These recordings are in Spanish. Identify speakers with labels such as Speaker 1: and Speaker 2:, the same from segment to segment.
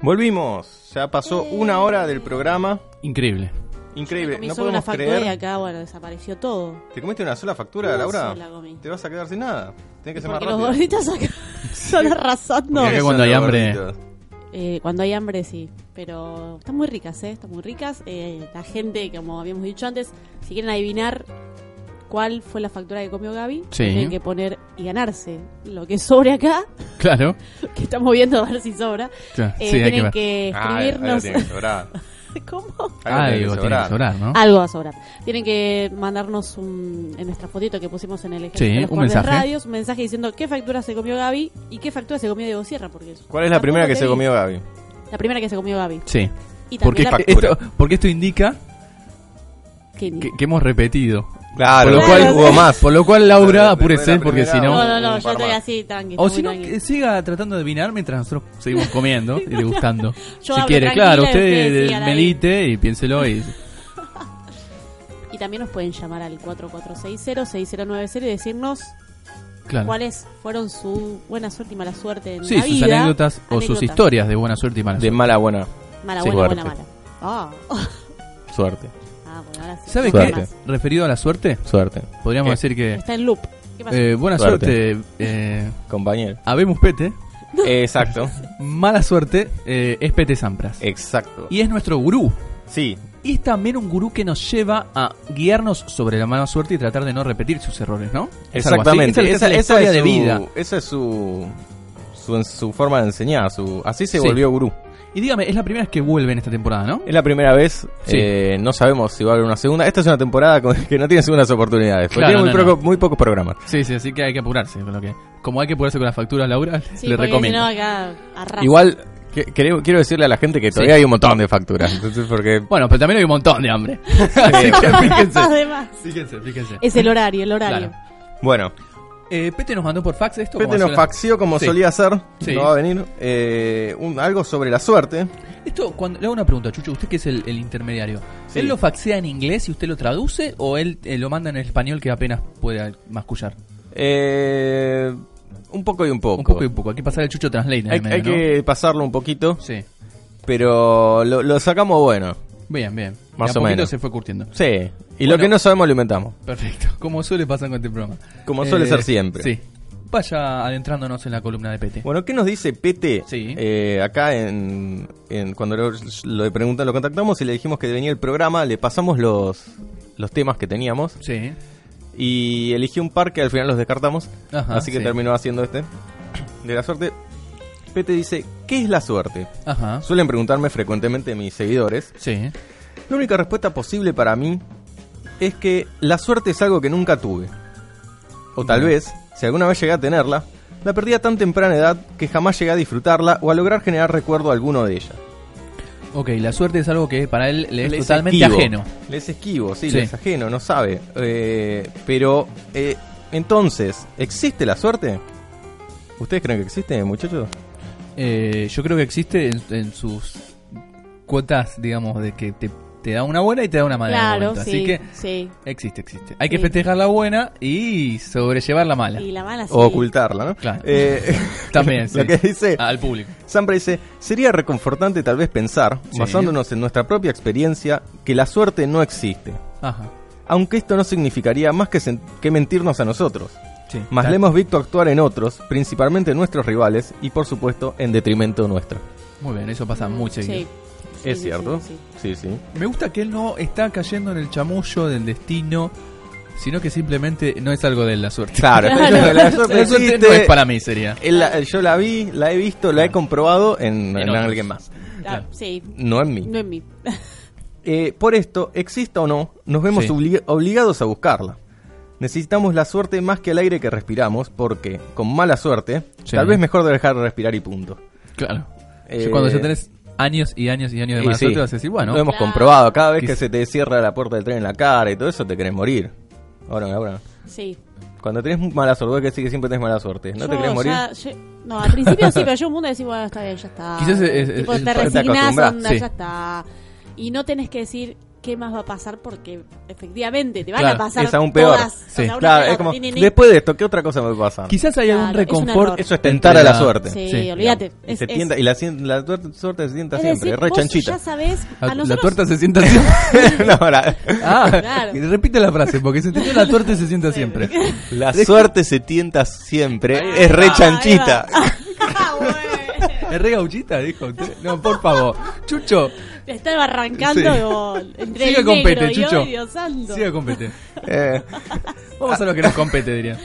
Speaker 1: Volvimos. Ya pasó una hora del programa.
Speaker 2: Increíble.
Speaker 1: Increíble.
Speaker 3: Comí
Speaker 1: No
Speaker 3: solo una
Speaker 1: podemos
Speaker 3: factura y
Speaker 1: creer.
Speaker 3: acá, bueno, desapareció todo.
Speaker 1: ¿Te comiste una sola factura,
Speaker 3: Una
Speaker 1: Laura?
Speaker 3: sola comí.
Speaker 1: Te vas a quedar sin nada. Tenés que ser más
Speaker 3: Porque los
Speaker 1: rápido.
Speaker 3: gorditos acá son arrasando.
Speaker 2: Porque
Speaker 1: Eso,
Speaker 2: cuando hay
Speaker 1: los
Speaker 2: hambre-
Speaker 1: gorditos.
Speaker 3: Eh, cuando hay hambre, sí. Pero están muy ricas, ¿eh? Están muy ricas. Eh, la gente, como habíamos dicho antes, si quieren adivinar cuál fue la factura que comió Gaby,
Speaker 2: Sí.
Speaker 3: tienen que poner y ganarse lo que sobre acá,
Speaker 2: Claro.
Speaker 3: que estamos viendo a ver si sobra.
Speaker 2: Claro,
Speaker 3: Eh,
Speaker 2: sí, hay que
Speaker 3: tienen
Speaker 2: ver.
Speaker 3: que,
Speaker 1: Ah, algo
Speaker 3: escribirnos.
Speaker 1: tiene que sobrar.
Speaker 3: ¿Cómo?
Speaker 1: Algo
Speaker 2: Ah,
Speaker 1: tiene que
Speaker 2: digo, tiene
Speaker 1: sobrar.
Speaker 2: que sobrar, ¿no?
Speaker 3: Algo va a sobrar. Tienen que mandarnos un, en nuestra fotito que pusimos en el ejército
Speaker 2: Sí,
Speaker 3: de los
Speaker 2: un
Speaker 3: Jueves de
Speaker 2: mensaje.
Speaker 3: radios, un mensaje diciendo qué factura se comió Gaby y qué factura se comió Diego Sierra. Porque
Speaker 1: ¿Cuál es la
Speaker 3: tampoco
Speaker 1: primera que
Speaker 3: te
Speaker 1: se
Speaker 3: vi.
Speaker 1: comió Gaby?
Speaker 3: La primera que se comió Gaby.
Speaker 2: Sí.
Speaker 3: Y también
Speaker 1: Porque
Speaker 3: la
Speaker 1: fac-
Speaker 2: Esto,
Speaker 1: Factura.
Speaker 2: porque esto indica
Speaker 3: que-
Speaker 2: que, que hemos repetido.
Speaker 1: Claro,
Speaker 2: Por lo cual
Speaker 1: hubo más.
Speaker 2: Por lo cual,
Speaker 1: Después Ah, de
Speaker 2: Laura,
Speaker 1: la
Speaker 2: apúrese,
Speaker 1: primera,
Speaker 2: porque si
Speaker 1: un-
Speaker 3: No,
Speaker 2: no.
Speaker 3: no, no,
Speaker 1: un
Speaker 3: yo
Speaker 1: par
Speaker 3: estoy
Speaker 1: más.
Speaker 3: así, tranqui.
Speaker 2: O
Speaker 3: estoy
Speaker 2: si no,
Speaker 3: muy tranqui.
Speaker 2: que siga tratando de adivinar mientras nosotros seguimos comiendo y degustando.
Speaker 3: Yo
Speaker 2: si
Speaker 3: hablo
Speaker 2: quiere,
Speaker 3: tranquila
Speaker 2: claro,
Speaker 3: y
Speaker 2: usted
Speaker 3: ustedes sigan ahí.
Speaker 2: medite y piénselo. Y,
Speaker 3: Y también nos pueden llamar al 4460-6090 y decirnos
Speaker 2: claro.
Speaker 3: cuáles fueron su buena suerte y mala suerte en
Speaker 2: Sí,
Speaker 3: la
Speaker 2: sus
Speaker 3: vida.
Speaker 2: anécdotas o sus
Speaker 3: Anécdotas.
Speaker 2: historias de buena suerte y mala
Speaker 1: De
Speaker 2: suerte.
Speaker 1: mala a buena
Speaker 3: Mala,
Speaker 2: Sí,
Speaker 3: buena, buena,
Speaker 1: suerte.
Speaker 3: mala. Ah,
Speaker 1: suerte.
Speaker 3: Ah, bueno, ahora sí.
Speaker 2: ¿Sabe
Speaker 3: no
Speaker 2: qué?
Speaker 1: Suerte.
Speaker 3: más.
Speaker 2: Referido a la suerte,
Speaker 1: Suerte.
Speaker 2: podríamos
Speaker 1: ¿Qué?
Speaker 2: decir que.
Speaker 3: Está en loop. ¿Qué pasa?
Speaker 2: eh, buena
Speaker 1: Suerte.
Speaker 2: suerte, eh,
Speaker 1: Compañero.
Speaker 2: habemos pete.
Speaker 1: Exacto.
Speaker 2: Mala suerte eh, es Pete Sampras.
Speaker 1: Exacto.
Speaker 2: Y es nuestro gurú.
Speaker 1: Sí.
Speaker 2: Y es también un gurú que nos lleva a guiarnos sobre la mala suerte y tratar de no repetir sus errores, ¿no? Es algo así.
Speaker 1: Exactamente.
Speaker 2: Esa, esa es la historia de vida.
Speaker 1: Esa es su, su, su forma de enseñar. Su, así se
Speaker 2: Sí.
Speaker 1: volvió gurú.
Speaker 2: Y dígame, es la primera vez que vuelve en esta temporada, ¿no?
Speaker 1: Es la primera vez.
Speaker 2: Sí.
Speaker 1: eh, no sabemos si va a haber una segunda. Esta es una temporada con- que no tiene segundas oportunidades. porque
Speaker 2: Claro,
Speaker 1: tiene muy,
Speaker 2: no,
Speaker 1: poco- muy pocos programas.
Speaker 2: Sí, sí, así que hay que apurarse. con lo que- como hay que apurarse con las facturas, Laura,
Speaker 3: Sí,
Speaker 2: le
Speaker 3: porque
Speaker 2: recomiendo.
Speaker 3: Si no, acá arrasa.
Speaker 1: Igual, que- creo- quiero decirle a la gente que todavía
Speaker 2: Sí.
Speaker 1: hay un montón de facturas. Entonces, porque.
Speaker 2: Bueno, pero también hay un montón de hambre. Así que fíjense.
Speaker 3: Además,
Speaker 2: Fíjense, fíjense.
Speaker 3: es el horario, el horario.
Speaker 2: Claro.
Speaker 1: Bueno,
Speaker 2: Eh, Pete nos mandó por fax esto.
Speaker 1: Pete
Speaker 2: ¿cómo
Speaker 1: nos
Speaker 2: hacer?
Speaker 1: faxió como
Speaker 2: Sí.
Speaker 1: solía hacer.
Speaker 2: Sí.
Speaker 1: No va a venir. eh, un- algo sobre la suerte.
Speaker 2: Esto, cuando, le hago una pregunta, Chucho, usted que es el, el intermediario.
Speaker 1: Sí.
Speaker 2: ¿Él lo faxea en inglés y usted lo traduce o él eh, lo manda en el español que apenas puede mascullar?
Speaker 1: Eh, un poco y un poco.
Speaker 2: Un poco y un poco. Hay que pasar el Chucho Translate en el
Speaker 1: Hay,
Speaker 2: medio,
Speaker 1: hay
Speaker 2: ¿no?
Speaker 1: que pasarlo un poquito,
Speaker 2: Sí.
Speaker 1: pero lo, lo sacamos bueno.
Speaker 2: Bien, bien. De
Speaker 1: Más
Speaker 2: a
Speaker 1: o
Speaker 2: poquito
Speaker 1: menos.
Speaker 2: se fue curtiendo.
Speaker 1: Sí. Y lo
Speaker 2: Bueno.
Speaker 1: que no sabemos lo inventamos.
Speaker 2: Perfecto. Como suele pasar con este programa.
Speaker 1: Como suele ser siempre.
Speaker 2: Sí. Vaya adentrándonos en la columna de Pete.
Speaker 1: Bueno, ¿qué nos dice PT?
Speaker 2: Sí.
Speaker 1: Eh, acá en, en- cuando lo, lo preguntan, lo contactamos y le dijimos que venía el programa, le pasamos los, los temas que teníamos
Speaker 2: Sí.
Speaker 1: y eligió un par que al final los descartamos,
Speaker 2: Ajá,
Speaker 1: así que
Speaker 2: sí.
Speaker 1: terminó haciendo este. De la suerte, PT dice, ¿qué es la suerte?
Speaker 2: Ajá.
Speaker 1: Suelen preguntarme frecuentemente mis seguidores.
Speaker 2: Sí.
Speaker 1: La única respuesta posible para mí es que la suerte es algo que nunca tuve. O tal vez, si alguna vez llegué a tenerla, la perdí a tan temprana edad que jamás llegué a disfrutarla o a lograr generar recuerdo alguno de ella.
Speaker 2: Ok, la suerte es algo que para él le es
Speaker 1: Les
Speaker 2: totalmente
Speaker 1: esquivo.
Speaker 2: ajeno.
Speaker 1: Les esquivo, sí,
Speaker 2: Sí.
Speaker 1: les ajeno, no sabe. Eh, pero, eh, entonces, ¿existe la suerte? ¿Ustedes creen que existe, muchachos?
Speaker 2: Eh, yo creo que existe en, en sus cuotas, digamos, de que te, te da una buena y te da una mala. de
Speaker 3: Claro,
Speaker 2: vuelta.
Speaker 3: sí,
Speaker 2: Así que
Speaker 3: sí.
Speaker 2: existe, existe. Hay que
Speaker 3: Sí.
Speaker 2: festejar la buena y sobrellevar la mala.
Speaker 3: Y la mala sí.
Speaker 1: O ocultarla, ¿no?
Speaker 2: Claro.
Speaker 1: Eh,
Speaker 2: También,
Speaker 1: Lo
Speaker 2: sí. Ah,
Speaker 1: que dice...
Speaker 2: Al público.
Speaker 1: Sambra dice, sería reconfortante tal vez pensar,
Speaker 2: Sí.
Speaker 1: basándonos en nuestra propia experiencia, que la suerte no existe.
Speaker 2: Ajá.
Speaker 1: Aunque esto no significaría más que, sen- que mentirnos a nosotros.
Speaker 2: Sí.
Speaker 1: Más
Speaker 2: Tal-
Speaker 1: le hemos visto actuar en otros, principalmente en nuestros rivales y por supuesto en detrimento nuestro.
Speaker 2: Muy bien, eso pasa muy
Speaker 3: Sí.
Speaker 2: seguido.
Speaker 3: Sí,
Speaker 1: ¿Es
Speaker 3: sí,
Speaker 1: cierto?
Speaker 3: sí, sí.
Speaker 1: Sí, sí.
Speaker 2: Me gusta que él no está cayendo en el chamullo del destino, sino que simplemente no es algo de él, la suerte.
Speaker 1: Claro,
Speaker 3: Claro.
Speaker 1: la
Speaker 2: La
Speaker 1: suerte
Speaker 2: suerte
Speaker 1: existe.
Speaker 2: no es para mí, sería.
Speaker 1: Él la- yo la vi, la he visto, la he comprobado en, en
Speaker 2: otros.
Speaker 1: alguien más.
Speaker 3: Ah,
Speaker 2: Claro.
Speaker 3: sí.
Speaker 1: No en mí.
Speaker 3: No en mí.
Speaker 1: Eh, por esto, exista o no, nos vemos
Speaker 2: Sí.
Speaker 1: obli- obligados a buscarla. Necesitamos la suerte más que el aire que respiramos, porque con mala suerte,
Speaker 2: Sí.
Speaker 1: tal vez mejor dejar de respirar y punto.
Speaker 2: Claro.
Speaker 1: Eh,
Speaker 2: Cuando ya tenés años y años y años de
Speaker 1: Y
Speaker 2: mala
Speaker 1: sí,
Speaker 2: suerte, vas a decir, bueno,
Speaker 1: lo hemos
Speaker 3: Claro.
Speaker 1: comprobado, cada vez que
Speaker 2: Quis-
Speaker 1: se te cierra la puerta del tren en la cara y todo eso, te querés morir. Ahora, ahora.
Speaker 3: Sí.
Speaker 1: Cuando tenés mala suerte, vos que decir que siempre tenés mala suerte. ¿No te
Speaker 3: Yo
Speaker 1: querés morir?
Speaker 3: ya- yo- no, al principio sí, pero yo un mundo decís, bueno, está bien, ya está.
Speaker 2: Quizás es- es-
Speaker 3: Tipo,
Speaker 2: es-
Speaker 1: te
Speaker 3: te resignás,
Speaker 1: acostumbras,
Speaker 3: onda,
Speaker 2: sí.
Speaker 3: ya está. Y no tenés que decir, qué más va a pasar porque efectivamente te van
Speaker 2: Claro,
Speaker 3: a pasar
Speaker 1: es aún peor.
Speaker 3: todas.
Speaker 2: Sí.
Speaker 3: una
Speaker 1: Claro,
Speaker 3: tras
Speaker 1: es
Speaker 3: otra,
Speaker 1: como,
Speaker 3: ni, ni, ni.
Speaker 1: después de esto, ¿qué otra cosa me pasa?
Speaker 2: Quizás hay
Speaker 3: Claro,
Speaker 2: algún
Speaker 3: es un
Speaker 2: reconfort.
Speaker 3: error.
Speaker 1: Ah. Eso es tentar a la suerte.
Speaker 3: Sí,
Speaker 2: Sí,
Speaker 3: olvídate.
Speaker 1: Y,
Speaker 3: Es-
Speaker 1: se
Speaker 3: es-
Speaker 1: tienda- y la, cien- la tuer- suerte se sienta
Speaker 3: es
Speaker 1: siempre, Ah,
Speaker 3: decir,
Speaker 1: re
Speaker 3: vos
Speaker 1: chanchita.
Speaker 3: ya sabés, a
Speaker 2: La, la
Speaker 3: nosotros
Speaker 2: tuerta se sienta siempre.
Speaker 1: No, la,
Speaker 2: Ah,
Speaker 3: Claro.
Speaker 2: repite la frase, porque se tiene la tuerta y se sienta siempre.
Speaker 1: la suerte se tienta siempre, es re
Speaker 3: Ah,
Speaker 1: chanchita.
Speaker 3: ahí va. Ah, Bueno.
Speaker 2: Es re gauchita, dijo. usted. No, por favor. Chucho,
Speaker 3: Le estaba arrancando
Speaker 2: Sí.
Speaker 3: como entre
Speaker 2: sigue
Speaker 3: el
Speaker 2: con
Speaker 3: negro
Speaker 2: Pete,
Speaker 3: y hoy,
Speaker 2: Chucho.
Speaker 3: Dios santo.
Speaker 2: Sigue con Pete.
Speaker 1: Eh,
Speaker 2: Vamos a lo que nos compete, diría.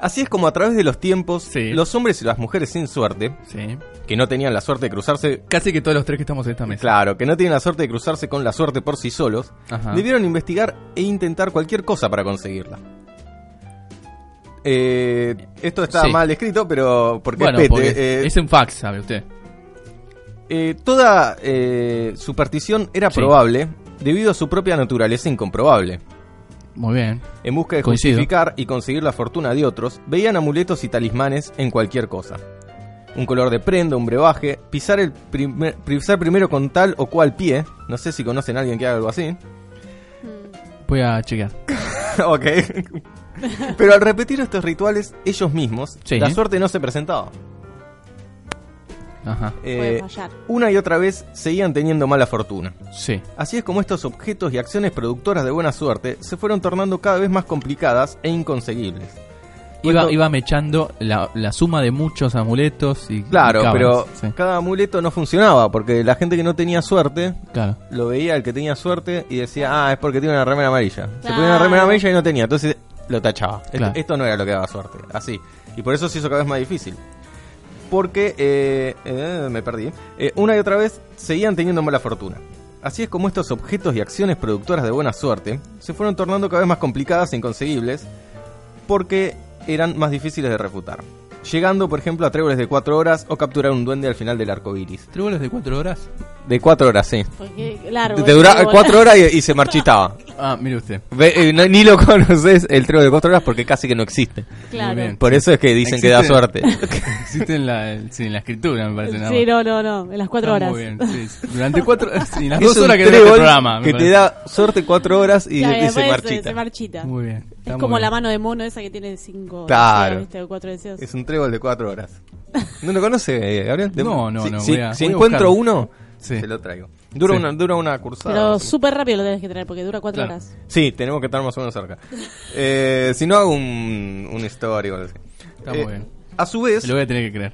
Speaker 1: así es como a través de los tiempos,
Speaker 2: Sí.
Speaker 1: los hombres y las mujeres sin suerte,
Speaker 2: Sí.
Speaker 1: que no tenían la suerte de cruzarse
Speaker 2: Casi que todos los tres que estamos en esta mesa.
Speaker 1: Claro, que no tienen la suerte de cruzarse con la suerte por sí solos,
Speaker 2: Ajá.
Speaker 1: debieron investigar e intentar cualquier cosa para conseguirla. Eh, esto está
Speaker 2: Sí.
Speaker 1: mal escrito, pero porque,
Speaker 2: Bueno,
Speaker 1: es pete,
Speaker 2: porque
Speaker 1: eh,
Speaker 2: es un fax, sabe usted.
Speaker 1: eh, toda eh, superstición era
Speaker 2: Sí.
Speaker 1: probable debido a su propia naturaleza incomprobable.
Speaker 2: Muy bien.
Speaker 1: En busca de
Speaker 2: Coincido.
Speaker 1: justificar y conseguir la fortuna de otros, veían amuletos y talismanes en cualquier cosa. Un color de prenda, un brebaje, pisar, el primer- pisar primero con tal o cual pie. No sé si conocen a alguien que haga algo así.
Speaker 2: Voy a chequear.
Speaker 1: Ok. Pero al repetir estos rituales ellos mismos,
Speaker 2: Sí.
Speaker 1: la suerte no se presentaba.
Speaker 2: Ajá.
Speaker 1: Eh,
Speaker 3: Puede fallar.
Speaker 1: una y otra vez seguían teniendo mala fortuna.
Speaker 2: Sí.
Speaker 1: Así es como estos objetos y acciones productoras de buena suerte se fueron tornando cada vez más complicadas e inconseguibles.
Speaker 2: Iba,
Speaker 1: Cuento-
Speaker 2: iba mechando la, la suma de muchos amuletos y.
Speaker 1: Claro,
Speaker 2: y cábalas,
Speaker 1: pero
Speaker 2: sí.
Speaker 1: cada amuleto no funcionaba porque la gente que no tenía suerte
Speaker 2: Claro.
Speaker 1: lo veía el que tenía suerte y decía, ah, es porque tiene una remera amarilla. Se ponía una
Speaker 3: Claro.
Speaker 1: remera amarilla y no tenía, entonces lo tachaba. Esto,
Speaker 2: Claro.
Speaker 1: esto no era lo que daba suerte, así. Y por eso se hizo cada vez más difícil. Porque, eh, eh, me perdí, Eh, una y otra vez seguían teniendo mala fortuna. Así es como estos objetos y acciones productoras de buena suerte se fueron tornando cada vez más complicadas e inconseguibles porque eran más difíciles de refutar. Llegando, por ejemplo, a tréboles de 4 horas o capturar un duende al final del arco iris.
Speaker 2: ¿Tréboles de cuatro horas?
Speaker 1: De 4 horas, sí.
Speaker 3: Porque, claro,
Speaker 1: Te
Speaker 3: vos
Speaker 1: duraba
Speaker 3: decís,
Speaker 1: cuatro horas y, y se marchitaba.
Speaker 2: Ah, mire usted.
Speaker 1: Ve, eh, no- ni lo conoces el trío de cuatro horas porque casi que no existe.
Speaker 3: Claro.
Speaker 2: Muy bien.
Speaker 1: Por eso es que dicen que da
Speaker 2: Existe.
Speaker 1: suerte.
Speaker 2: Existe en la, el- sí, en la escritura, me parece. nada
Speaker 3: Sí,
Speaker 2: más.
Speaker 3: no, no, no. En las cuatro
Speaker 2: Está
Speaker 3: horas.
Speaker 2: Muy bien, sí, sí. Durante cuatro sí, las
Speaker 1: Es
Speaker 2: dos
Speaker 1: un
Speaker 2: horas que dura este
Speaker 1: trébol
Speaker 2: programa. me
Speaker 1: que te
Speaker 2: parece.
Speaker 1: da suerte cuatro horas y,
Speaker 3: Claro,
Speaker 1: y
Speaker 3: después
Speaker 1: se
Speaker 3: se-
Speaker 1: marchita.
Speaker 3: se marchita.
Speaker 2: Muy bien. está
Speaker 3: Es
Speaker 2: muy
Speaker 3: como
Speaker 2: bien.
Speaker 3: la mano de mono esa que tiene cinco
Speaker 1: Claro.
Speaker 3: deseos, ¿viste? O cuatro deseos.
Speaker 1: Es un trébol de cuatro horas. ¿No lo conoces, eh, Gabriel? De-
Speaker 2: No, no,
Speaker 1: si,
Speaker 2: no,
Speaker 1: Si,
Speaker 2: voy a-
Speaker 1: si
Speaker 2: voy a
Speaker 1: encuentro
Speaker 2: buscarlo.
Speaker 1: uno,
Speaker 2: Sí.
Speaker 1: se lo traigo. Dura,
Speaker 2: Sí.
Speaker 1: una, dura una cursada.
Speaker 3: Pero
Speaker 1: más o menos.
Speaker 3: súper rápido lo tenés que traer porque dura cuatro
Speaker 2: Claro.
Speaker 3: horas.
Speaker 1: Sí, tenemos que estar más o menos cerca. Eh, si no, hago un, un story o algo así. Eh,
Speaker 2: Está muy bien.
Speaker 1: A su vez,
Speaker 2: Se lo voy a tener que creer.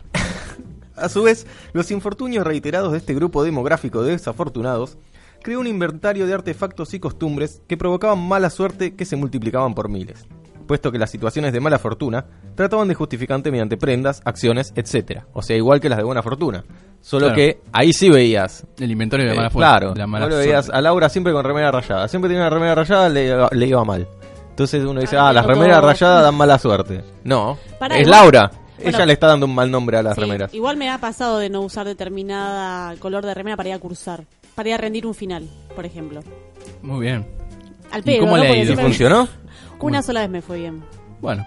Speaker 1: A su vez, los infortunios reiterados de este grupo demográfico de desafortunados creó un inventario de artefactos y costumbres que provocaban mala suerte que se multiplicaban por miles, puesto que las situaciones de mala fortuna trataban de justificante mediante prendas, acciones, etc. O sea, igual que las de buena fortuna. Solo
Speaker 2: Claro.
Speaker 1: que ahí sí veías.
Speaker 2: El inventario de la
Speaker 1: eh,
Speaker 2: mala fuerza.
Speaker 1: claro,
Speaker 2: de la mala
Speaker 1: vos lo veías
Speaker 2: suerte.
Speaker 1: a Laura siempre con remera rayada. Siempre tenía una remera rayada, le, le iba mal. Entonces uno dice,
Speaker 3: Ah,
Speaker 1: ah, las
Speaker 3: tengo
Speaker 1: remeras
Speaker 3: todo.
Speaker 1: rayadas dan mala suerte. No,
Speaker 3: Pará,
Speaker 1: es
Speaker 3: igual-
Speaker 1: Laura.
Speaker 3: Bueno.
Speaker 1: Ella le está dando un mal nombre a las
Speaker 3: Sí,
Speaker 1: remeras.
Speaker 3: Igual me ha pasado de no usar determinada color de remera para ir a cursar. Para ir a rendir un final, por ejemplo.
Speaker 2: Muy bien.
Speaker 3: Al
Speaker 2: ¿Y
Speaker 3: pedo,
Speaker 2: cómo
Speaker 3: ¿no?
Speaker 2: le ha
Speaker 3: Porque
Speaker 2: ido?
Speaker 1: ¿Y
Speaker 3: siempre-
Speaker 1: funcionó?
Speaker 3: Una sola vez me fue bien.
Speaker 2: Bueno,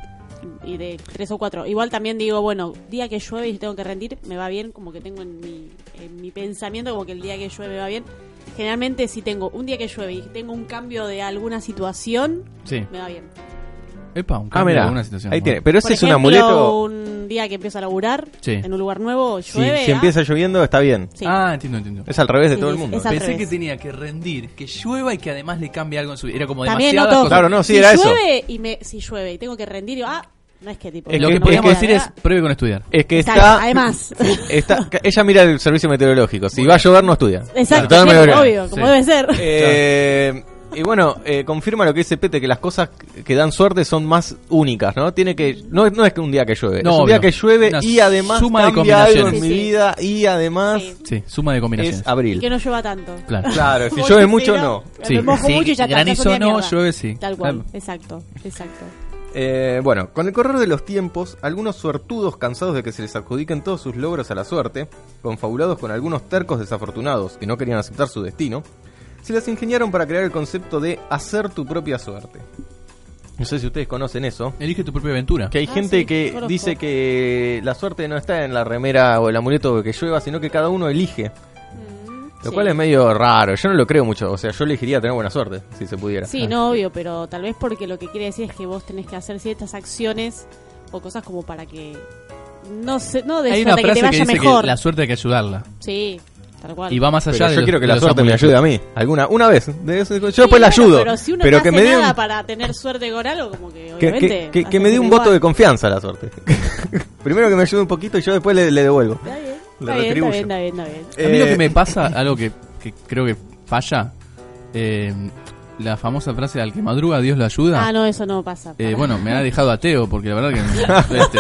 Speaker 3: Y de tres o cuatro. Igual también digo, bueno, día que llueve y tengo que rendir, me va bien. Como que tengo en mi, en mi pensamiento, como que el día que llueve me va bien. Generalmente, si tengo un día que llueve y tengo un cambio de alguna situación,
Speaker 2: sí.
Speaker 3: me va bien.
Speaker 2: Epa, un
Speaker 1: Ah,
Speaker 2: cambio de
Speaker 1: mira,
Speaker 2: alguna situación.
Speaker 1: ahí
Speaker 2: Bueno.
Speaker 1: tiene. Pero ese
Speaker 3: Por
Speaker 1: es un
Speaker 3: ejemplo,
Speaker 1: amuleto.
Speaker 3: un día que empiezo a laburar
Speaker 2: Sí.
Speaker 3: en un lugar nuevo,
Speaker 1: Si,
Speaker 3: llueve.
Speaker 1: si
Speaker 3: ah,
Speaker 1: empieza lloviendo, está bien.
Speaker 3: sí.
Speaker 2: Ah, entiendo, entiendo.
Speaker 1: Es al revés de
Speaker 3: Sí,
Speaker 1: todo
Speaker 3: sí,
Speaker 1: el mundo.
Speaker 3: es al-
Speaker 2: Pensé
Speaker 3: revés.
Speaker 2: que tenía que rendir, que llueva y que además le cambie algo en su vida. Era como
Speaker 3: También no
Speaker 2: demasiadas
Speaker 3: todo.
Speaker 2: cosas.
Speaker 1: Claro, no, sí,
Speaker 3: si
Speaker 1: era eso.
Speaker 3: llueve Y me, si llueve y tengo que rendir, digo, ah, no es que tipo.
Speaker 1: Es
Speaker 2: Lo
Speaker 1: que-
Speaker 2: que,
Speaker 1: es
Speaker 2: podríamos
Speaker 1: que-
Speaker 2: decir es pruebe con estudiar.
Speaker 1: Es que
Speaker 3: Está-
Speaker 1: está.
Speaker 3: además.
Speaker 1: está- que- ella mira el servicio meteorológico. Si va a llover, no estudia.
Speaker 3: ah, Exacto,
Speaker 1: Todo
Speaker 3: claro,
Speaker 1: meteorológico.
Speaker 3: obvio, como
Speaker 2: Sí.
Speaker 3: debe ser.
Speaker 1: Eh, y bueno, eh, confirma lo que dice Pete, que las cosas que dan suerte son más únicas, ¿no? Tiene que no, no es que un día que llueve,
Speaker 2: No,
Speaker 1: es un
Speaker 2: obvio.
Speaker 1: día que llueve
Speaker 2: Una
Speaker 1: y además
Speaker 2: suma de
Speaker 1: cambia algo en
Speaker 2: combinaciones.
Speaker 1: mi
Speaker 3: Sí, sí.
Speaker 1: vida y además
Speaker 3: Sí.
Speaker 2: Sí, suma de combinaciones.
Speaker 1: es abril.
Speaker 3: Y que no llueva tanto.
Speaker 2: Claro.
Speaker 1: Claro, si
Speaker 3: Como
Speaker 1: llueve
Speaker 3: si
Speaker 1: mucho,
Speaker 3: fuera-
Speaker 1: no.
Speaker 2: Sí,
Speaker 3: Me mojo
Speaker 2: sí,
Speaker 3: mucho y ya está,
Speaker 2: granizo
Speaker 3: ya es un día
Speaker 2: no,
Speaker 3: mierda.
Speaker 2: llueve sí.
Speaker 3: Tal cual,
Speaker 2: Claro.
Speaker 3: exacto, exacto.
Speaker 1: Eh, bueno, con el correr de los tiempos, algunos suertudos cansados de que se les adjudiquen todos sus logros a la suerte, confabulados con algunos tercos desafortunados que no querían aceptar su destino, se las ingeniaron para crear el concepto de hacer tu propia suerte. No sé si ustedes conocen eso.
Speaker 2: Elige tu propia aventura.
Speaker 1: Que hay
Speaker 3: Ah,
Speaker 1: gente
Speaker 3: sí,
Speaker 1: que
Speaker 3: conozco.
Speaker 1: dice que la suerte no está en la remera o el amuleto que llueva, sino que cada uno elige Lo
Speaker 3: Sí.
Speaker 1: cual es medio raro, yo no lo creo mucho. O sea, yo elegiría tener buena suerte, si se pudiera.
Speaker 3: Sí, no, obvio, pero tal vez porque lo que quiere decir es que vos tenés que hacer ciertas acciones o cosas como para que no se, no de
Speaker 2: Hay una
Speaker 3: suerte que te
Speaker 2: frase que,
Speaker 3: vaya
Speaker 2: dice
Speaker 3: mejor.
Speaker 2: que la suerte hay que ayudarla.
Speaker 3: Sí, tal cual.
Speaker 2: Y va más
Speaker 1: Pero
Speaker 2: allá de
Speaker 1: yo
Speaker 2: los-
Speaker 1: quiero que
Speaker 2: de
Speaker 1: la
Speaker 2: los
Speaker 1: suerte me
Speaker 2: amuletos.
Speaker 1: ayude a mí. Alguna, una vez. De eso- yo
Speaker 3: Sí,
Speaker 1: después la
Speaker 3: bueno,
Speaker 1: ayudo.
Speaker 3: Pero si uno
Speaker 1: Pero
Speaker 3: no
Speaker 1: que
Speaker 3: hace
Speaker 1: me dé
Speaker 3: nada
Speaker 1: un,
Speaker 3: para tener suerte con algo, como que
Speaker 1: que-
Speaker 3: obviamente.
Speaker 1: que, que- que
Speaker 3: haces
Speaker 1: me dé un
Speaker 3: igual.
Speaker 1: voto de confianza a la suerte. Primero que me ayude un poquito y yo después le, le devuelvo.
Speaker 3: Está bien,
Speaker 1: Le
Speaker 3: está bien,
Speaker 1: retribuyo.
Speaker 3: está bien, está bien, está bien.
Speaker 2: A mí lo
Speaker 1: Eh,
Speaker 2: que me pasa, algo que, que creo que falla, eh, la famosa frase al que madruga Dios lo ayuda.
Speaker 3: Ah, no, eso no pasa.
Speaker 2: eh, bueno, me ha dejado ateo porque la verdad que este,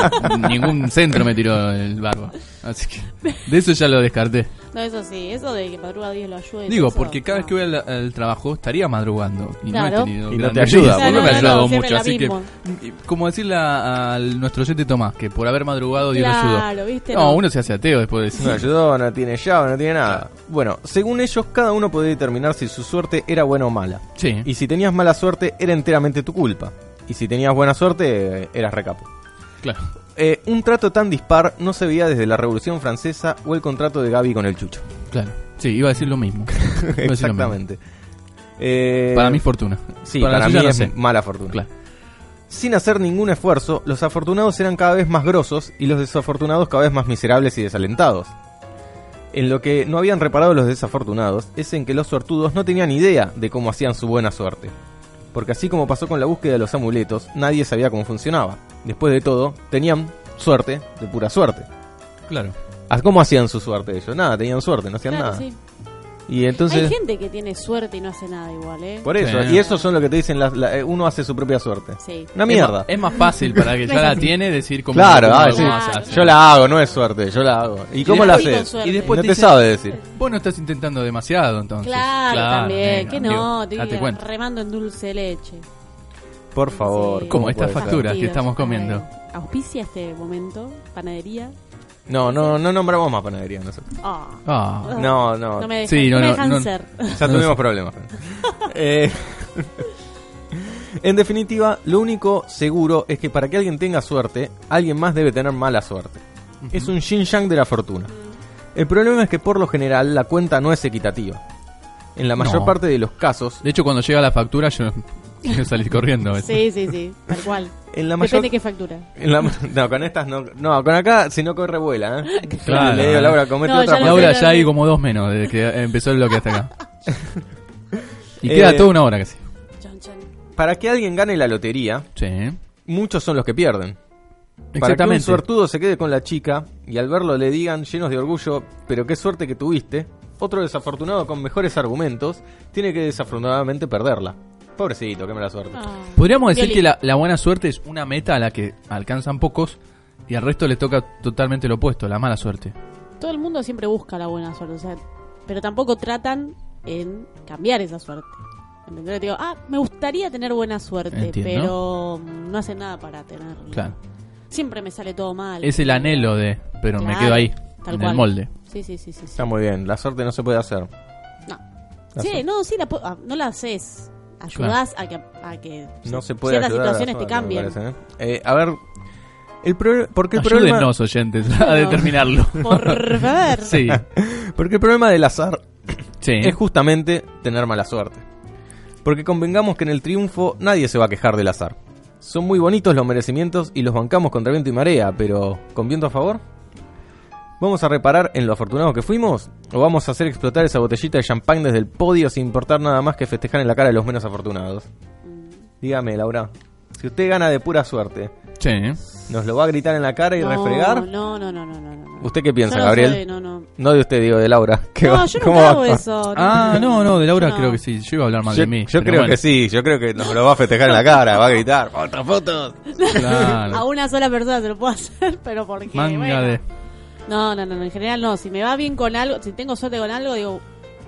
Speaker 2: ningún centro me tiró el barba. Así que de eso ya lo descarté.
Speaker 3: No, eso sí, eso de que madruga Dios lo ayude.
Speaker 2: Digo,
Speaker 3: eso,
Speaker 2: porque cada vez que voy al, al trabajo estaría madrugando y
Speaker 3: Claro.
Speaker 2: no he tenido
Speaker 1: Y no
Speaker 2: grandes
Speaker 1: te ayuda,
Speaker 2: días,
Speaker 1: porque
Speaker 2: no
Speaker 1: no,
Speaker 2: me ha
Speaker 1: no,
Speaker 2: ayudado
Speaker 3: siempre
Speaker 2: mucho.
Speaker 3: la
Speaker 2: Así que,
Speaker 3: mismo.
Speaker 2: y- como decirle a, al- nuestro oyente Tomás, que por haber madrugado Dios lo ayudó.
Speaker 3: Claro, ¿viste?
Speaker 2: No,
Speaker 3: No.
Speaker 2: uno se hace ateo después de eso.
Speaker 1: No ayudó, no tiene llave, no tiene nada. Bueno, según ellos, cada uno podía determinar si su suerte era buena o mala.
Speaker 2: Sí.
Speaker 1: Y si tenías mala suerte, era enteramente tu culpa. Y si tenías buena suerte, eh, eras recapo.
Speaker 2: Claro.
Speaker 1: Eh, un trato tan dispar no se veía desde la Revolución Francesa o el contrato de Gaby con el Chucho.
Speaker 2: Claro. Sí, iba a decir lo mismo. Iba a decir lo mismo.
Speaker 1: Exactamente. Eh,
Speaker 2: Para mi fortuna.
Speaker 1: sí,
Speaker 2: la
Speaker 1: para, mí
Speaker 2: suya no
Speaker 1: es
Speaker 2: sé.
Speaker 1: mala fortuna.
Speaker 2: Claro.
Speaker 1: Sin hacer ningún esfuerzo, los afortunados eran cada vez más grosos y los desafortunados cada vez más miserables y desalentados. En lo que no habían reparado los desafortunados es en que los sortudos no tenían idea de cómo hacían su buena suerte. Porque así como pasó con la búsqueda de los amuletos, nadie sabía cómo funcionaba. Después de todo, tenían suerte de pura suerte.
Speaker 2: Claro.
Speaker 1: Ah, ¿Cómo hacían su suerte ellos? Nada, tenían suerte, no hacían
Speaker 3: Claro,
Speaker 1: nada.
Speaker 3: sí.
Speaker 1: Y
Speaker 3: Hay
Speaker 1: entonces...
Speaker 3: gente que tiene suerte y no hace nada igual, ¿eh?
Speaker 1: Por eso,
Speaker 2: Sí.
Speaker 1: y eso son lo que te dicen, las- la- eh, uno hace su propia suerte.
Speaker 3: Sí.
Speaker 1: Una
Speaker 2: Es ma-
Speaker 1: mierda.
Speaker 2: Es, más fácil para el que ya
Speaker 3: Es
Speaker 2: la
Speaker 3: así.
Speaker 2: tiene decir cómo.
Speaker 1: Claro,
Speaker 2: cómo
Speaker 1: ah,
Speaker 2: lo
Speaker 1: sí.
Speaker 2: vas a hacer.
Speaker 1: Yo la hago, no es suerte, yo la hago. ¿Y cómo la
Speaker 3: Y con
Speaker 1: haces?
Speaker 3: suerte.
Speaker 2: Y después
Speaker 1: No
Speaker 2: te
Speaker 1: te
Speaker 2: dicen,
Speaker 1: sabe decir.
Speaker 2: Vos no estás intentando demasiado, entonces.
Speaker 3: Claro, también.
Speaker 2: nena,
Speaker 3: que
Speaker 2: digo,
Speaker 3: no, te
Speaker 2: Date
Speaker 3: digo,
Speaker 2: cuenta.
Speaker 3: remando en dulce de leche.
Speaker 1: Por favor.
Speaker 3: Sí.
Speaker 2: Como
Speaker 1: ¿cómo
Speaker 2: esta
Speaker 1: puede ser?
Speaker 2: factura. facturas que
Speaker 3: Partidos.
Speaker 2: estamos comiendo.
Speaker 3: Ay, ¿Auspicia este momento? ¿Panadería?
Speaker 1: No, no, no nombramos más panadería nosotros.
Speaker 3: Ah.
Speaker 2: Ah,
Speaker 1: No, no.
Speaker 3: No me dejan,
Speaker 2: Sí, no,
Speaker 3: no me
Speaker 2: no,
Speaker 3: dejan
Speaker 2: no.
Speaker 3: ser.
Speaker 1: Ya tuvimos problemas. Eh, en definitiva, lo único seguro es que para que alguien tenga suerte, alguien más debe tener mala suerte. Es un yin yang de la fortuna. El problema es que por lo general la cuenta no es equitativa. En la mayor
Speaker 2: No.
Speaker 1: parte de los casos,
Speaker 2: De hecho, cuando llega la factura, yo quiero salir corriendo. Este, a veces.
Speaker 3: Sí, sí, sí, tal cual.
Speaker 1: en la mayor
Speaker 3: Depende qué factura.
Speaker 1: En la- no, con estas no. No, con acá, si no corre revuela, ¿eh?
Speaker 2: Claro.
Speaker 1: Le digo, Laura, este comete
Speaker 3: No,
Speaker 1: otra
Speaker 3: ya lo
Speaker 1: Laura,
Speaker 2: Laura,
Speaker 3: sé,
Speaker 2: ya hay
Speaker 3: Laura.
Speaker 2: como dos menos desde que empezó el bloque hasta acá. Y
Speaker 1: Eh,
Speaker 2: queda toda una hora casi.
Speaker 3: Chan, chan.
Speaker 1: Para que alguien gane la lotería,
Speaker 2: Sí.
Speaker 1: muchos son los que pierden. Para que un
Speaker 2: Exactamente.
Speaker 1: suertudo se quede con la chica y al verlo le digan, llenos de orgullo, pero qué suerte que tuviste, otro desafortunado con mejores argumentos tiene que desafortunadamente perderla. Pobrecito, qué mala suerte.
Speaker 3: Ah.
Speaker 2: Podríamos decir
Speaker 3: Violín.
Speaker 2: que la, la buena suerte es una meta a la que alcanzan pocos y al resto le toca totalmente lo opuesto, la mala suerte.
Speaker 3: Todo el mundo siempre busca la buena suerte, o sea, pero tampoco tratan en cambiar esa suerte. ¿Entendés? Digo, ah, me gustaría tener buena suerte,
Speaker 2: Entiendo.
Speaker 3: pero mm, no hace nada para tenerla.
Speaker 2: Claro.
Speaker 3: Siempre me sale todo mal.
Speaker 2: Es el anhelo de, pero me
Speaker 3: Claro,
Speaker 2: quedo ahí,
Speaker 3: tal
Speaker 2: en
Speaker 3: cual.
Speaker 2: el molde.
Speaker 3: Sí, sí, sí, sí. sí.
Speaker 1: Está muy bien, la suerte no se puede hacer.
Speaker 3: No.
Speaker 1: La
Speaker 3: Sí,
Speaker 1: suerte.
Speaker 3: no, sí, la po- ah, no la haces. Ayudás a que, a que
Speaker 1: No se puede
Speaker 3: ciertas
Speaker 1: ayudar a la
Speaker 3: situaciones te
Speaker 1: suerte, me
Speaker 3: cambien.
Speaker 1: parece, ¿eh? Eh, a ver, el pro- porque el problema...
Speaker 2: Ayúdennos, oyentes, a determinarlo.
Speaker 1: ¿eh?
Speaker 3: Por favor.
Speaker 2: Sí,
Speaker 1: Porque el problema del azar
Speaker 2: sí.
Speaker 1: es justamente tener mala suerte. Porque convengamos que en el triunfo nadie se va a quejar del azar. Son muy bonitos los merecimientos y los bancamos contra viento y marea, pero ¿con viento a favor? ¿Vamos a reparar en lo afortunados que fuimos? ¿O vamos a hacer explotar esa botellita de champán desde el podio sin importar nada más que festejar en la cara de los menos afortunados? Dígame, Laura, si usted gana de pura suerte,
Speaker 2: Sí.
Speaker 1: ¿nos lo va a gritar en la cara y
Speaker 3: No,
Speaker 1: refregar?
Speaker 3: No, no, no, no, no, no.
Speaker 1: ¿Usted qué piensa,
Speaker 3: Yo no
Speaker 1: Gabriel?
Speaker 3: soy, no, no.
Speaker 1: No de usted, digo, de Laura. que
Speaker 3: No,
Speaker 1: va-
Speaker 3: yo
Speaker 1: ¿cómo
Speaker 3: nunca
Speaker 1: va
Speaker 3: hago
Speaker 1: a-
Speaker 3: eso.
Speaker 2: Ah, no, no, de Laura
Speaker 3: Yo no.
Speaker 2: creo que sí. Yo iba a hablar mal
Speaker 1: Yo,
Speaker 2: de mí.
Speaker 1: yo
Speaker 2: pero
Speaker 1: creo
Speaker 2: bueno.
Speaker 1: que sí, yo creo que nos lo va a festejar en la cara, va a gritar, ¡otra foto!
Speaker 2: Claro.
Speaker 3: A una sola persona se lo puedo hacer, pero porque.
Speaker 2: Ah, Manga
Speaker 3: bueno.
Speaker 2: de.
Speaker 3: No, no, no, no, en general no. Si me va bien con algo, si tengo suerte con algo, digo,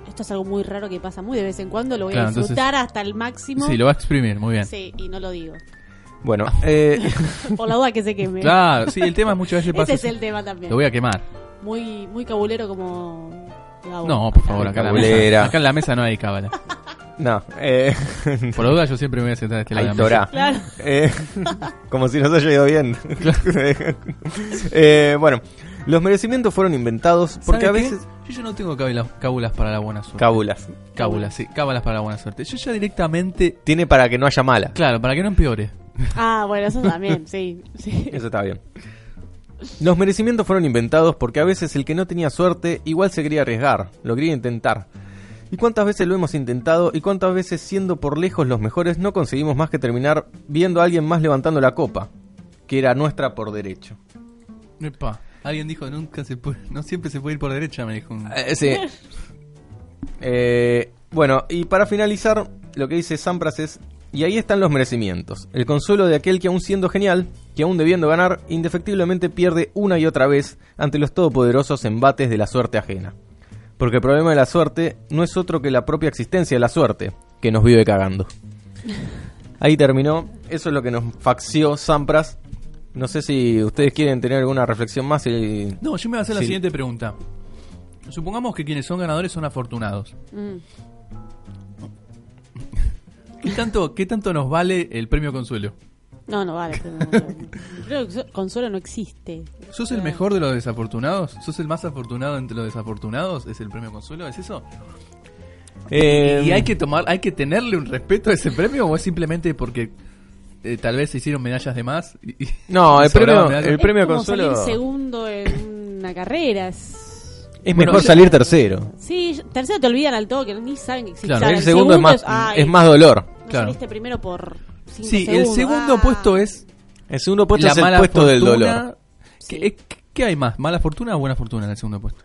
Speaker 3: esto es algo muy raro que pasa muy de vez en cuando, lo voy
Speaker 2: Claro,
Speaker 3: a
Speaker 2: entonces-
Speaker 3: disfrutar hasta el máximo.
Speaker 2: Sí, lo va a exprimir, muy bien.
Speaker 3: Sí, y no lo digo.
Speaker 1: Bueno, eh,
Speaker 3: Por la duda que se queme.
Speaker 2: Claro, sí, el tema es muchas veces pasa.
Speaker 3: Ese es
Speaker 2: así.
Speaker 3: el tema también.
Speaker 2: Lo voy a quemar.
Speaker 3: Muy, muy cabulero como. Gabo.
Speaker 2: No, por favor, acá en la
Speaker 1: Cabulera.
Speaker 2: mesa. Acá en la mesa no hay cábala.
Speaker 1: no, eh,
Speaker 2: Por la duda, yo siempre me voy a sentar a este lado.
Speaker 1: hay
Speaker 2: de la mesa.
Speaker 1: Torah.
Speaker 3: Claro.
Speaker 1: Eh, como si nos haya ido bien. Eh, bueno, Los merecimientos fueron inventados porque a
Speaker 2: ¿Sabe qué?
Speaker 1: veces...
Speaker 2: Yo ya no tengo cábula- cábulas para la buena suerte.
Speaker 1: Cábulas.
Speaker 2: cábulas, sí, cábalas para la buena suerte. Yo ya directamente.
Speaker 1: Tiene para que no haya mala.
Speaker 2: Claro, para que no empeore.
Speaker 3: Ah, bueno, eso también, sí. sí.
Speaker 1: Eso está bien. Los merecimientos fueron inventados porque a veces el que no tenía suerte igual se quería arriesgar, lo quería intentar. ¿Y cuántas veces lo hemos intentado y cuántas veces siendo por lejos los mejores no conseguimos más que terminar viendo a alguien más levantando la copa, que era nuestra por derecho?
Speaker 2: Epa. Alguien dijo, nunca se puede, no siempre se puede ir por derecha, me dijo. un-
Speaker 1: Eh, sí. Eh, bueno, y para finalizar, lo que dice Sampras es, y ahí están los merecimientos. El consuelo de aquel que aún siendo genial, que aún debiendo ganar, indefectiblemente pierde una y otra vez ante los todopoderosos embates de la suerte ajena. Porque el problema de la suerte no es otro que la propia existencia de la suerte, que nos vive cagando. Ahí terminó, eso es lo que nos faxió Sampras. No sé si ustedes quieren tener alguna reflexión más y...
Speaker 2: No, yo me voy a hacer la
Speaker 1: Sí.
Speaker 2: siguiente pregunta. Supongamos que quienes son ganadores son afortunados.
Speaker 3: Mm.
Speaker 2: ¿Qué tanto, qué tanto nos vale el premio consuelo?
Speaker 3: No, no vale. pero no, no, no. Creo que so- Consuelo no existe.
Speaker 2: ¿Sos el mejor de los desafortunados? ¿Sos el más afortunado entre los desafortunados? ¿Es el premio consuelo? ¿Es eso?
Speaker 1: Eh,
Speaker 2: ¿Y hay que tomar, hay que tenerle un respeto a ese premio o es simplemente porque eh, tal vez se hicieron medallas de más? y- y-
Speaker 1: No,
Speaker 2: y
Speaker 1: el premio- eh,
Speaker 2: sobraban medallas?
Speaker 1: El premio
Speaker 3: es como
Speaker 1: Consuelo-
Speaker 3: salir segundo en una carrera. es-
Speaker 1: Es
Speaker 2: Bueno,
Speaker 1: mejor
Speaker 2: yo-
Speaker 1: salir tercero.
Speaker 3: Sí, yo- tercero te olvidan al toque, ni saben que existe.
Speaker 2: Claro,
Speaker 3: Ahora,
Speaker 1: Salir segundo, es más,
Speaker 3: ay,
Speaker 1: es más dolor.
Speaker 3: no
Speaker 2: claro.
Speaker 3: saliste primero por cinco
Speaker 2: Sí, el
Speaker 3: segundos,
Speaker 2: segundo
Speaker 3: ah.
Speaker 2: puesto es
Speaker 1: El segundo puesto
Speaker 2: la
Speaker 1: es el
Speaker 2: mala
Speaker 1: puesto del
Speaker 2: fortuna.
Speaker 1: dolor.
Speaker 2: ¿Qué, qué- qué hay más? ¿Mala fortuna o buena fortuna en el segundo puesto?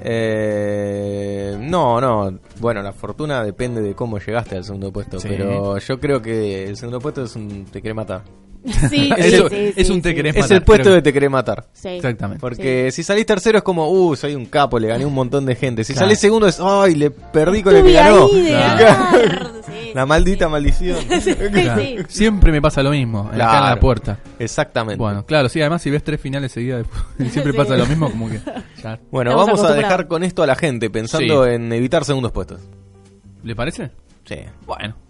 Speaker 1: Eh, no, no. Bueno, la fortuna depende de cómo llegaste al segundo puesto.
Speaker 2: Sí.
Speaker 1: Pero yo creo que el segundo puesto es un te queré matar.
Speaker 3: Sí,
Speaker 2: Es
Speaker 3: sí,
Speaker 2: un-
Speaker 3: sí,
Speaker 2: es
Speaker 3: sí,
Speaker 2: un te
Speaker 3: sí.
Speaker 2: querés
Speaker 1: Es,
Speaker 2: matar,
Speaker 1: el puesto
Speaker 2: creo.
Speaker 1: de te queré matar.
Speaker 3: Sí.
Speaker 2: Exactamente.
Speaker 1: Porque si salís tercero es como, uh, soy un capo, le gané un montón de gente. Si
Speaker 2: Claro.
Speaker 1: salís segundo es, ay, le perdí con el que
Speaker 3: Estuve
Speaker 1: ganó.
Speaker 3: ahí de
Speaker 2: Claro.
Speaker 3: ganar. Sí,
Speaker 1: La
Speaker 3: sí,
Speaker 1: maldita
Speaker 3: sí.
Speaker 1: maldición.
Speaker 2: Claro.
Speaker 3: Sí.
Speaker 2: Siempre me pasa lo mismo, en- acá en la
Speaker 1: Claro.
Speaker 2: puerta.
Speaker 1: Exactamente.
Speaker 2: Bueno, claro, sí, además si ves tres finales seguidas, siempre
Speaker 3: Sí.
Speaker 2: pasa lo mismo, como que ya.
Speaker 1: Bueno,
Speaker 3: Estamos
Speaker 1: vamos a
Speaker 3: acostumbrados.
Speaker 1: dejar con esto a la gente, pensando
Speaker 2: Sí.
Speaker 1: en evitar segundos puestos.
Speaker 2: ¿Le parece?
Speaker 1: Sí.
Speaker 2: Bueno,